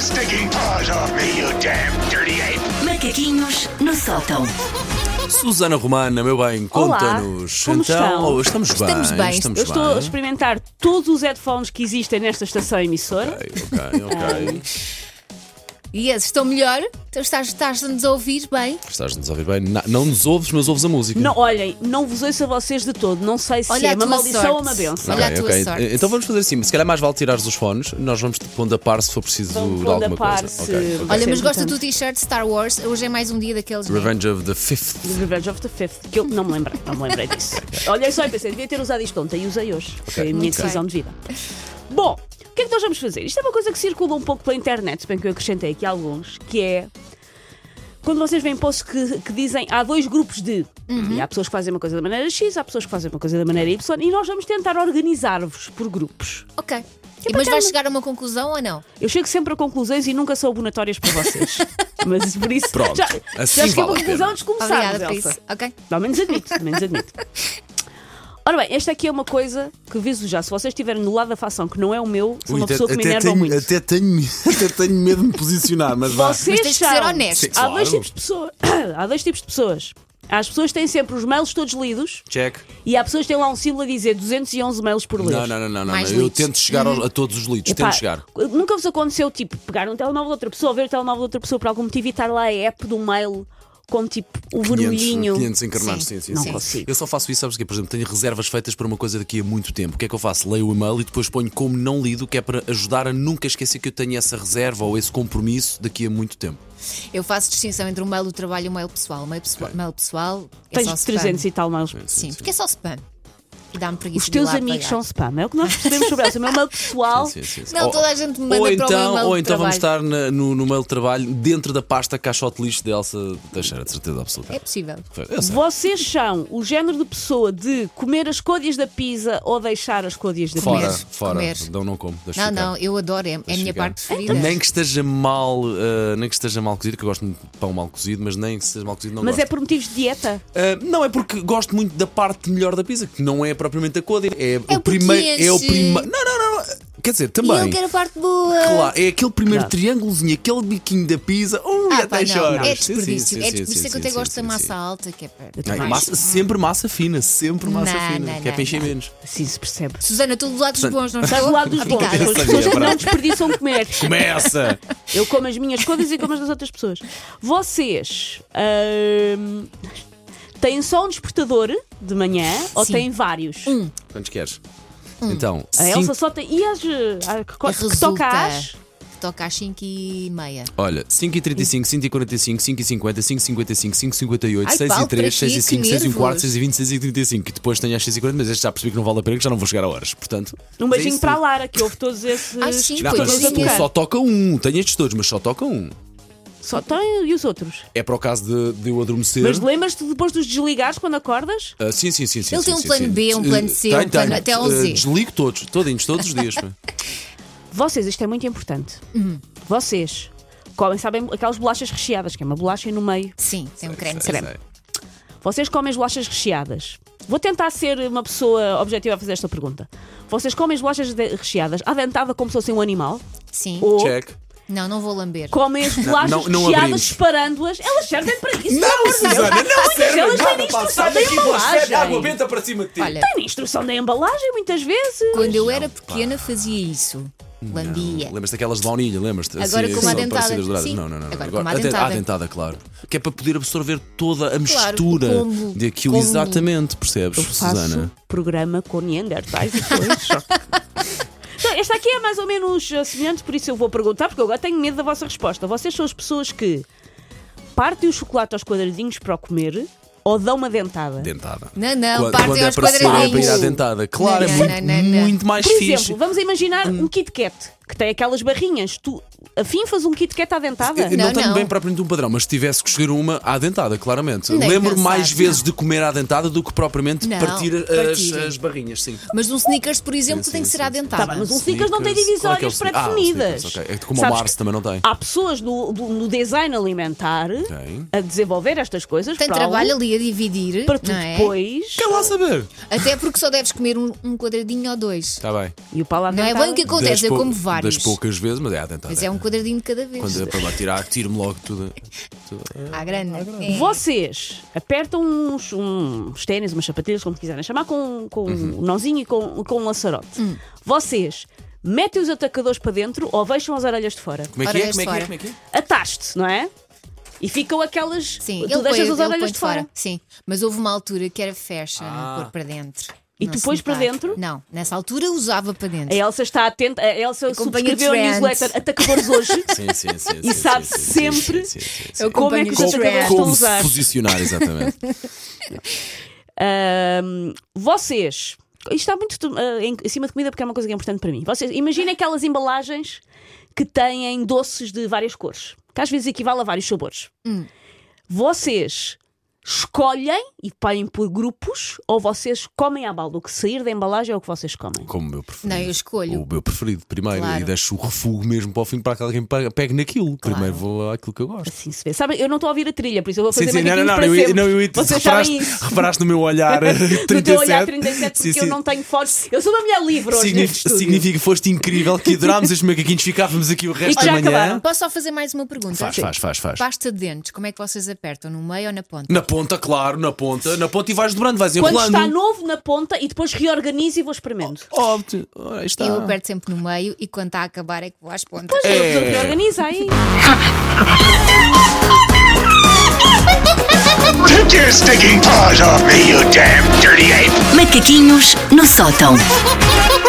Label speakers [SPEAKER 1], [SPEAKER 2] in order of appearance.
[SPEAKER 1] stinking paws off me, you damn dirty ape!
[SPEAKER 2] Macaquinhos no sótão.
[SPEAKER 3] Susana Romana, meu bem,
[SPEAKER 4] Olá,
[SPEAKER 3] conta-nos.
[SPEAKER 4] como estão?
[SPEAKER 3] oh, estamos bem.
[SPEAKER 5] Estamos bem,
[SPEAKER 3] Estamos
[SPEAKER 4] Eu estou a
[SPEAKER 3] bem.
[SPEAKER 4] experimentar todos os headphones que existem nesta estação emissora.
[SPEAKER 3] Ok, ok.
[SPEAKER 5] Yes, estou melhor? Então estás- Estás-nos a ouvir bem?
[SPEAKER 3] Estás-nos a ouvir bem. Na- Não nos ouves, mas ouves a música.
[SPEAKER 4] Não, olhem, não vos ouço a vocês de todo. Não sei se
[SPEAKER 5] Olha
[SPEAKER 4] é
[SPEAKER 5] a
[SPEAKER 4] uma
[SPEAKER 5] tua
[SPEAKER 4] maldição
[SPEAKER 5] sorte.
[SPEAKER 4] ou uma benção.
[SPEAKER 5] Olha a tua
[SPEAKER 3] ok.
[SPEAKER 5] sorte.
[SPEAKER 3] Então vamos fazer assim. Se calhar mais vale tirares os fones. Nós vamos te pondo a par se for preciso
[SPEAKER 4] Vamos
[SPEAKER 3] de
[SPEAKER 4] pondo a
[SPEAKER 3] alguma
[SPEAKER 4] par
[SPEAKER 3] coisa.
[SPEAKER 4] se-
[SPEAKER 3] Ok, ok.
[SPEAKER 4] Vai
[SPEAKER 5] Olha,
[SPEAKER 4] ser
[SPEAKER 5] mas gosto do
[SPEAKER 4] importante.
[SPEAKER 5] t-shirt Star Wars. Hoje é mais um dia daqueles. né?
[SPEAKER 3] Revenge of the Fifth.
[SPEAKER 4] Revenge of the Fifth, que eu não me lembrei, não me lembrei disso. Olhei só e pensei, devia ter usado isto ontem e usei hoje. Foi a minha
[SPEAKER 5] Muito
[SPEAKER 4] decisão
[SPEAKER 5] bem.
[SPEAKER 4] de vida. Bom, o que é que nós vamos fazer? Isto é uma coisa que circula um pouco pela internet, se bem que eu acrescentei aqui alguns, que é. Quando vocês veem posts que, que dizem há dois grupos de.
[SPEAKER 5] Uhum.
[SPEAKER 4] E há pessoas que fazem uma coisa da maneira X, há pessoas que fazem uma coisa da maneira Y, e nós vamos tentar organizar-vos por grupos.
[SPEAKER 5] Ok. E mas vais chegar a uma conclusão ou não?
[SPEAKER 4] Eu chego sempre a conclusões e nunca sou abonatórias para vocês. Mas por isso.
[SPEAKER 3] Pronto,
[SPEAKER 4] já,
[SPEAKER 3] assim
[SPEAKER 4] já cheguei a
[SPEAKER 3] vale a
[SPEAKER 4] uma conclusão
[SPEAKER 3] pena.
[SPEAKER 4] antes de começarmos,
[SPEAKER 5] Obrigada por
[SPEAKER 4] Elsa.
[SPEAKER 5] isso. Ok.
[SPEAKER 4] Ao menos admito, ao menos admito. Ora bem, esta aqui é uma coisa que viso já. Se vocês estiverem do lado da facção que não é o meu, sou
[SPEAKER 3] Ui,
[SPEAKER 4] uma
[SPEAKER 3] até,
[SPEAKER 4] pessoa que me
[SPEAKER 3] até
[SPEAKER 4] enerva
[SPEAKER 3] tenho,
[SPEAKER 4] muito.
[SPEAKER 3] até, tenho, até tenho medo de me posicionar, mas vá.
[SPEAKER 4] Vocês
[SPEAKER 5] Mas tens que
[SPEAKER 4] são-
[SPEAKER 5] ser honesto.
[SPEAKER 3] Sim.
[SPEAKER 4] Há dois
[SPEAKER 3] Claro.
[SPEAKER 4] tipos de pessoas. Há dois tipos de pessoas. Há as pessoas que têm sempre os mails todos lidos
[SPEAKER 3] Check.
[SPEAKER 4] e há pessoas que têm lá um símbolo a dizer 211 mails por ler.
[SPEAKER 3] Não, não, não, não. não.
[SPEAKER 5] Mais
[SPEAKER 3] Eu
[SPEAKER 5] leads.
[SPEAKER 3] tento chegar aos- a todos os leads.
[SPEAKER 4] Epá,
[SPEAKER 3] Tento chegar.
[SPEAKER 4] Nunca vos aconteceu, tipo, pegar um telemóvel de outra pessoa, ver o telemóvel de outra pessoa por algum motivo e estar lá a app do mail com, tipo, o
[SPEAKER 3] 500,
[SPEAKER 4] vermelhinho.
[SPEAKER 3] 500 encarnados, sim,
[SPEAKER 5] Sim,
[SPEAKER 3] sim,
[SPEAKER 4] não
[SPEAKER 3] sim.
[SPEAKER 4] consigo.
[SPEAKER 3] Eu só faço isso, sabes que, por exemplo, tenho reservas feitas para uma coisa daqui a muito tempo. O que é que eu faço? Leio o e-mail e depois ponho como não lido, que é para ajudar a nunca esquecer que eu tenho essa reserva ou esse compromisso daqui a muito tempo.
[SPEAKER 5] Eu faço distinção entre o mail do trabalho e o mail pessoal. O mail pessoal, mail pessoal é só
[SPEAKER 4] Tens
[SPEAKER 5] spam.
[SPEAKER 4] 300 e tal mails.
[SPEAKER 5] Sim, porque é só spam. E dá-me preguiça
[SPEAKER 4] Os
[SPEAKER 5] de
[SPEAKER 4] teus
[SPEAKER 5] ir lá
[SPEAKER 4] amigos são
[SPEAKER 5] apagar.
[SPEAKER 4] spam, é o que nós percebemos sobre ela. O meu mail pessoal.
[SPEAKER 3] Sim, sim, sim.
[SPEAKER 5] Não,
[SPEAKER 3] Ou-
[SPEAKER 5] toda a gente me manda
[SPEAKER 3] ou
[SPEAKER 5] para o meu
[SPEAKER 3] então,
[SPEAKER 5] mail
[SPEAKER 3] ou
[SPEAKER 5] de
[SPEAKER 3] então vamos
[SPEAKER 5] trabalho.
[SPEAKER 3] estar na- no, no mail de trabalho dentro da pasta caixote lixo de Elsa Teixeira, de certeza absoluta.
[SPEAKER 5] É possível.
[SPEAKER 3] Eu sei.
[SPEAKER 4] Vocês são o género de pessoa de comer as côdeas da pizza ou deixar as côdeas da
[SPEAKER 3] Fora,
[SPEAKER 5] comer,
[SPEAKER 3] fora.
[SPEAKER 5] comer.
[SPEAKER 3] Não, não como. Deixa
[SPEAKER 5] Não,
[SPEAKER 3] ficar.
[SPEAKER 5] não, eu adoro, é, é a minha
[SPEAKER 3] ficar.
[SPEAKER 5] parte preferida.
[SPEAKER 3] Nem que esteja mal, eh, nem que esteja mal cozido, que eu gosto muito de pão mal cozido, mas nem que esteja mal cozido não
[SPEAKER 4] Mas
[SPEAKER 3] gosto.
[SPEAKER 4] é por motivos de dieta.
[SPEAKER 3] Ah, não é porque gosto muito da parte melhor da pizza, que não é propriamente a côdea. É,
[SPEAKER 5] É
[SPEAKER 3] o
[SPEAKER 5] o
[SPEAKER 3] primeiro. É o
[SPEAKER 5] português.
[SPEAKER 3] primeiro. Não, não, não, não. Quer dizer,
[SPEAKER 5] E eu
[SPEAKER 3] também.
[SPEAKER 5] quero a parte boa.
[SPEAKER 3] Claro, é aquele primeiro
[SPEAKER 4] Claro.
[SPEAKER 3] triângulozinho, aquele biquinho da pizza. Ui,
[SPEAKER 5] Ah, pá,
[SPEAKER 3] até
[SPEAKER 5] não,
[SPEAKER 3] choras.
[SPEAKER 5] é
[SPEAKER 3] Sim, sim, sim,
[SPEAKER 5] desperdício.
[SPEAKER 3] sim,
[SPEAKER 5] É desperdício
[SPEAKER 3] sim,
[SPEAKER 5] que eu até
[SPEAKER 3] sim,
[SPEAKER 5] gosto
[SPEAKER 3] sim,
[SPEAKER 5] da massa
[SPEAKER 3] sim.
[SPEAKER 5] alta, que é para.
[SPEAKER 3] Não,
[SPEAKER 4] Ai,
[SPEAKER 3] massa- sempre massa fina, sempre massa
[SPEAKER 5] Não,
[SPEAKER 3] fina.
[SPEAKER 5] não,
[SPEAKER 3] que é para
[SPEAKER 5] não,
[SPEAKER 3] encher
[SPEAKER 5] não.
[SPEAKER 3] menos.
[SPEAKER 4] Sim, se percebe.
[SPEAKER 5] Susana, tu do lado dos bons, não é?
[SPEAKER 4] Está do lado dos bons.
[SPEAKER 5] Obrigada.
[SPEAKER 4] As
[SPEAKER 3] sabia,
[SPEAKER 4] pessoas que não
[SPEAKER 3] bravo.
[SPEAKER 4] desperdiçam comer.
[SPEAKER 3] Começa!
[SPEAKER 5] Hum.
[SPEAKER 4] Eu como as minhas coisas e como as das outras pessoas. Vocês ahm, têm só um despertador de manhã ou
[SPEAKER 5] Sim.
[SPEAKER 4] têm vários? Um.
[SPEAKER 3] Quantos queres?
[SPEAKER 5] Hum.
[SPEAKER 3] Então,
[SPEAKER 4] A Elsa
[SPEAKER 3] cinco,
[SPEAKER 4] só tem. E as. ah, que, co- que
[SPEAKER 5] Resulta.
[SPEAKER 4] toca às.
[SPEAKER 5] Toca às 5 e meia.
[SPEAKER 3] olha, 5h35, 5h45, 5h50, 5h55, 5h58,
[SPEAKER 5] Ai,
[SPEAKER 3] 6
[SPEAKER 5] Paulo,
[SPEAKER 3] e 3
[SPEAKER 5] por
[SPEAKER 3] 6
[SPEAKER 5] aqui,
[SPEAKER 3] e 5
[SPEAKER 5] que
[SPEAKER 3] 6 e 4
[SPEAKER 5] nervos.
[SPEAKER 3] 6 e 20 6 e 35 Que depois tenho às 6h40, mas este já percebi que não vale a pena, que já não vou chegar a horas. Portanto,
[SPEAKER 4] Um
[SPEAKER 3] mas é
[SPEAKER 4] beijinho
[SPEAKER 3] isso
[SPEAKER 4] para a
[SPEAKER 3] tudo.
[SPEAKER 4] Lara, que houve todos esses.
[SPEAKER 5] Ai, Ah, sim, é.
[SPEAKER 3] Não, mas
[SPEAKER 5] Coisinha.
[SPEAKER 3] tu só toca um. Tenho estes todos, mas só toca um.
[SPEAKER 4] Só tem. E os outros?
[SPEAKER 3] É para o caso de, de eu adormecer.
[SPEAKER 4] Mas lembras-te depois dos desligares quando acordas?
[SPEAKER 3] Ah, sim, sim, sim, sim.
[SPEAKER 5] Ele
[SPEAKER 3] sim,
[SPEAKER 5] tem um
[SPEAKER 3] sim,
[SPEAKER 5] plano
[SPEAKER 3] sim.
[SPEAKER 5] B, um
[SPEAKER 3] Eh,
[SPEAKER 5] plano C, um
[SPEAKER 3] tenho,
[SPEAKER 5] plano
[SPEAKER 3] tenho.
[SPEAKER 5] até ao
[SPEAKER 3] Eh,
[SPEAKER 5] Z.
[SPEAKER 3] Desligo todos, todinhos, todos os dias. pá.
[SPEAKER 4] Vocês, isto é muito importante.
[SPEAKER 5] Uhum.
[SPEAKER 4] Vocês comem, sabem, aquelas bolachas recheadas, que é uma bolacha no meio.
[SPEAKER 5] Sim, tem um creme de
[SPEAKER 3] Sei,
[SPEAKER 5] creme.
[SPEAKER 3] sei.
[SPEAKER 4] Vocês comem as bolachas recheadas? Vou tentar ser uma pessoa objetiva a fazer esta pergunta. Vocês comem as bolachas de- recheadas à dentada como se fossem um animal?
[SPEAKER 5] Sim.
[SPEAKER 4] Ou
[SPEAKER 3] Check.
[SPEAKER 5] Não, não vou lamber.
[SPEAKER 4] comem as bolachas
[SPEAKER 3] não- não
[SPEAKER 4] recheadas
[SPEAKER 3] abrimos.
[SPEAKER 4] disparando-as? Elas servem para isso.
[SPEAKER 3] Não,
[SPEAKER 5] Oh,
[SPEAKER 3] Susana, não serve
[SPEAKER 4] elas
[SPEAKER 3] nada,
[SPEAKER 4] têm
[SPEAKER 3] pá,
[SPEAKER 4] instrução
[SPEAKER 3] sabe
[SPEAKER 4] da
[SPEAKER 3] aqui, boas férias, Água
[SPEAKER 4] embalagem.
[SPEAKER 3] benta para cima de ti.
[SPEAKER 5] Olha,
[SPEAKER 4] Têm instrução da embalagem muitas vezes.
[SPEAKER 5] quando eu era pequena fazia isso. Lambia.
[SPEAKER 3] Lembras daquelas de baunilha, lembras-te? Assim,
[SPEAKER 5] Agora com uma
[SPEAKER 3] são
[SPEAKER 5] dentada.
[SPEAKER 3] parecidas douradas.
[SPEAKER 5] Sim.
[SPEAKER 3] Não, não, não. não.
[SPEAKER 5] Agora com uma dentada.
[SPEAKER 3] à dentada, claro. Que é para poder absorver toda a mistura
[SPEAKER 5] o combo,
[SPEAKER 3] de aquilo.
[SPEAKER 5] combo.
[SPEAKER 3] Exatamente, percebes,
[SPEAKER 4] Eu faço
[SPEAKER 3] Susana?
[SPEAKER 4] programa com Neandertais depois. só que- Então, esta aqui é mais ou menos uh, semelhante, por isso eu vou perguntar, porque eu agora tenho medo da vossa resposta. Vocês são as pessoas que partem o chocolate aos quadradinhos para o comer ou dão uma dentada?
[SPEAKER 3] Dentada.
[SPEAKER 5] Não, não,
[SPEAKER 3] quando,
[SPEAKER 5] partem
[SPEAKER 3] quando é
[SPEAKER 5] aos
[SPEAKER 3] para cima, é para ir à
[SPEAKER 5] quadradinhos.
[SPEAKER 3] dentada. Claro,
[SPEAKER 5] Não,
[SPEAKER 3] é
[SPEAKER 5] não,
[SPEAKER 3] muito,
[SPEAKER 5] não, não.
[SPEAKER 3] muito mais
[SPEAKER 4] Por
[SPEAKER 3] fixe. Hum.
[SPEAKER 4] exemplo, vamos imaginar um Kit Kat que tem aquelas barrinhas. Tu afinfas um Kit Kat à dentada?
[SPEAKER 3] Eu não,
[SPEAKER 5] Não,
[SPEAKER 3] tenho
[SPEAKER 5] não.
[SPEAKER 3] bem propriamente um padrão, mas se tivesse que escolher uma à dentada, claramente.
[SPEAKER 5] Nem
[SPEAKER 3] Lembro
[SPEAKER 5] pensar,
[SPEAKER 3] mais
[SPEAKER 5] não.
[SPEAKER 3] vezes de comer à dentada do que propriamente
[SPEAKER 5] Não,
[SPEAKER 3] partir as-
[SPEAKER 5] partir.
[SPEAKER 3] as barrinhas, sim.
[SPEAKER 5] Mas um sneakers, por exemplo, tem que ser à dentada.
[SPEAKER 4] Tá bem, mas um Snickers não tem
[SPEAKER 3] Snickers, qual é que é o
[SPEAKER 4] divisórias
[SPEAKER 3] Snickers? Ah, o
[SPEAKER 4] pré-definidas.
[SPEAKER 3] Snickers, ok. É como o
[SPEAKER 4] Sabes
[SPEAKER 3] Mars
[SPEAKER 4] que Ah,
[SPEAKER 3] também não tem.
[SPEAKER 4] Há pessoas no, do- no design alimentar
[SPEAKER 3] Tem.
[SPEAKER 4] a desenvolver estas coisas
[SPEAKER 5] Tem
[SPEAKER 4] para
[SPEAKER 5] trabalho
[SPEAKER 4] algo
[SPEAKER 5] ali a dividir.
[SPEAKER 4] para tu
[SPEAKER 5] não é?
[SPEAKER 4] depois.
[SPEAKER 3] Quer lá saber?
[SPEAKER 5] Até porque só deves comer um, um quadradinho ou dois.
[SPEAKER 3] Está Tá bem.
[SPEAKER 4] E o Paulo à
[SPEAKER 5] Não é
[SPEAKER 4] dentada-
[SPEAKER 5] bem o que acontece,
[SPEAKER 3] Dez
[SPEAKER 5] eu
[SPEAKER 3] pou-
[SPEAKER 5] como vários.
[SPEAKER 3] das poucas vezes, mas é a tentar.
[SPEAKER 5] Mas é um quadradinho de cada vez.
[SPEAKER 3] Quando é para lá tirar, tiro-me logo tudo. tudo.
[SPEAKER 5] À grande. É.
[SPEAKER 4] Vocês apertam uns, uns ténis, umas sapatilhas, como quiserem chamar, com, com
[SPEAKER 3] Uhum.
[SPEAKER 4] um nozinho e com, com um laçarote.
[SPEAKER 5] Hum.
[SPEAKER 4] Vocês metem os atacadores para dentro ou deixam as orelhas de fora?
[SPEAKER 3] Como é que
[SPEAKER 5] Ora,
[SPEAKER 3] é? Como é que é?
[SPEAKER 5] fora.
[SPEAKER 3] Como é que é?
[SPEAKER 4] Ataste, não é? E ficam aquelas.
[SPEAKER 5] Sim,
[SPEAKER 4] tu deixas
[SPEAKER 5] põe-
[SPEAKER 4] as
[SPEAKER 5] ele
[SPEAKER 4] orelhas
[SPEAKER 5] põe
[SPEAKER 4] de fora.
[SPEAKER 5] Sim, mas houve uma altura que era fecha é?
[SPEAKER 3] Ah.
[SPEAKER 5] pôr para dentro.
[SPEAKER 4] E
[SPEAKER 5] Não
[SPEAKER 4] tu
[SPEAKER 5] se
[SPEAKER 4] pôs para
[SPEAKER 5] notava.
[SPEAKER 4] dentro? É
[SPEAKER 5] Não, nessa altura usava para dentro.
[SPEAKER 4] A Elsa está atenta. A Elsa
[SPEAKER 5] Acompanha
[SPEAKER 4] subscreveu a
[SPEAKER 5] trends.
[SPEAKER 4] newsletter Atacadores hoje.
[SPEAKER 3] Sim, sim, sim.
[SPEAKER 4] E
[SPEAKER 3] sim,
[SPEAKER 4] sabe
[SPEAKER 3] sim, sim,
[SPEAKER 4] sempre
[SPEAKER 3] sim, sim, sim, sim.
[SPEAKER 5] Eu
[SPEAKER 4] Como é
[SPEAKER 5] acompanho
[SPEAKER 4] que
[SPEAKER 5] os
[SPEAKER 4] os atacadores
[SPEAKER 5] trends.
[SPEAKER 4] estão a
[SPEAKER 3] Como se
[SPEAKER 4] usar?
[SPEAKER 3] posicionar, exatamente.
[SPEAKER 4] Ahm, vocês. Isto está muito ah, em, em cima de comida porque é uma coisa que é importante para mim. Vocês imaginem aquelas embalagens que têm doces de várias cores, que às vezes equivale a vários sabores.
[SPEAKER 3] Hum.
[SPEAKER 4] Vocês escolhem e põem por grupos ou vocês comem à balda? O que sair da embalagem é o que vocês comem.
[SPEAKER 3] Como o meu preferido.
[SPEAKER 5] Não, eu escolho.
[SPEAKER 3] O meu preferido, primeiro.
[SPEAKER 5] Claro.
[SPEAKER 3] E deixo o refugo mesmo para o fim, para que alguém pa- pegue naquilo. Primeiro vou àquilo que eu gosto.
[SPEAKER 4] Assim se vê. Sabem, eu não estou a ouvir a trilha, por isso eu vou fazer
[SPEAKER 3] não, não,
[SPEAKER 4] manequins
[SPEAKER 3] não,
[SPEAKER 4] para
[SPEAKER 3] eu, ia-
[SPEAKER 4] sempre.
[SPEAKER 3] não, eu, ia-
[SPEAKER 4] Vocês sabem
[SPEAKER 3] reparaste,
[SPEAKER 4] isso.
[SPEAKER 3] reparaste no meu olhar
[SPEAKER 4] No
[SPEAKER 3] 37.
[SPEAKER 4] teu olhar 37, porque
[SPEAKER 3] Sim,
[SPEAKER 4] eu
[SPEAKER 3] sim.
[SPEAKER 4] não tenho forte. Eu sou uma mulher livre hoje.
[SPEAKER 3] Signi-
[SPEAKER 4] neste estúdio.
[SPEAKER 3] significa que foste incrível, que adorámos os macaquinhos, ficávamos aqui o resto
[SPEAKER 4] já
[SPEAKER 3] da manhã.
[SPEAKER 4] acabaram.
[SPEAKER 5] Posso só fazer mais uma pergunta?
[SPEAKER 3] Faz,
[SPEAKER 5] Sim.
[SPEAKER 3] faz, faz, faz.
[SPEAKER 5] Pasta de dentes, como é que vocês apertam? No meio ou na ponta?
[SPEAKER 3] Na ponta, claro, na ponta, na ponta e vais dobrando, vais
[SPEAKER 4] Quando
[SPEAKER 3] enrolando.
[SPEAKER 4] está novo na ponta e depois reorganizo e vou experimentando.
[SPEAKER 3] Óbvio. oh, Ora, aí está.
[SPEAKER 5] Eu aperto sempre no meio e quando está a acabar é que vou às pontas.
[SPEAKER 4] Pois é, eu reorganizo aí.
[SPEAKER 1] Take your stinking paws off me, you damn dirty ape!
[SPEAKER 2] Macaquinhos no sótão.
[SPEAKER 6] Ha ha ha ha!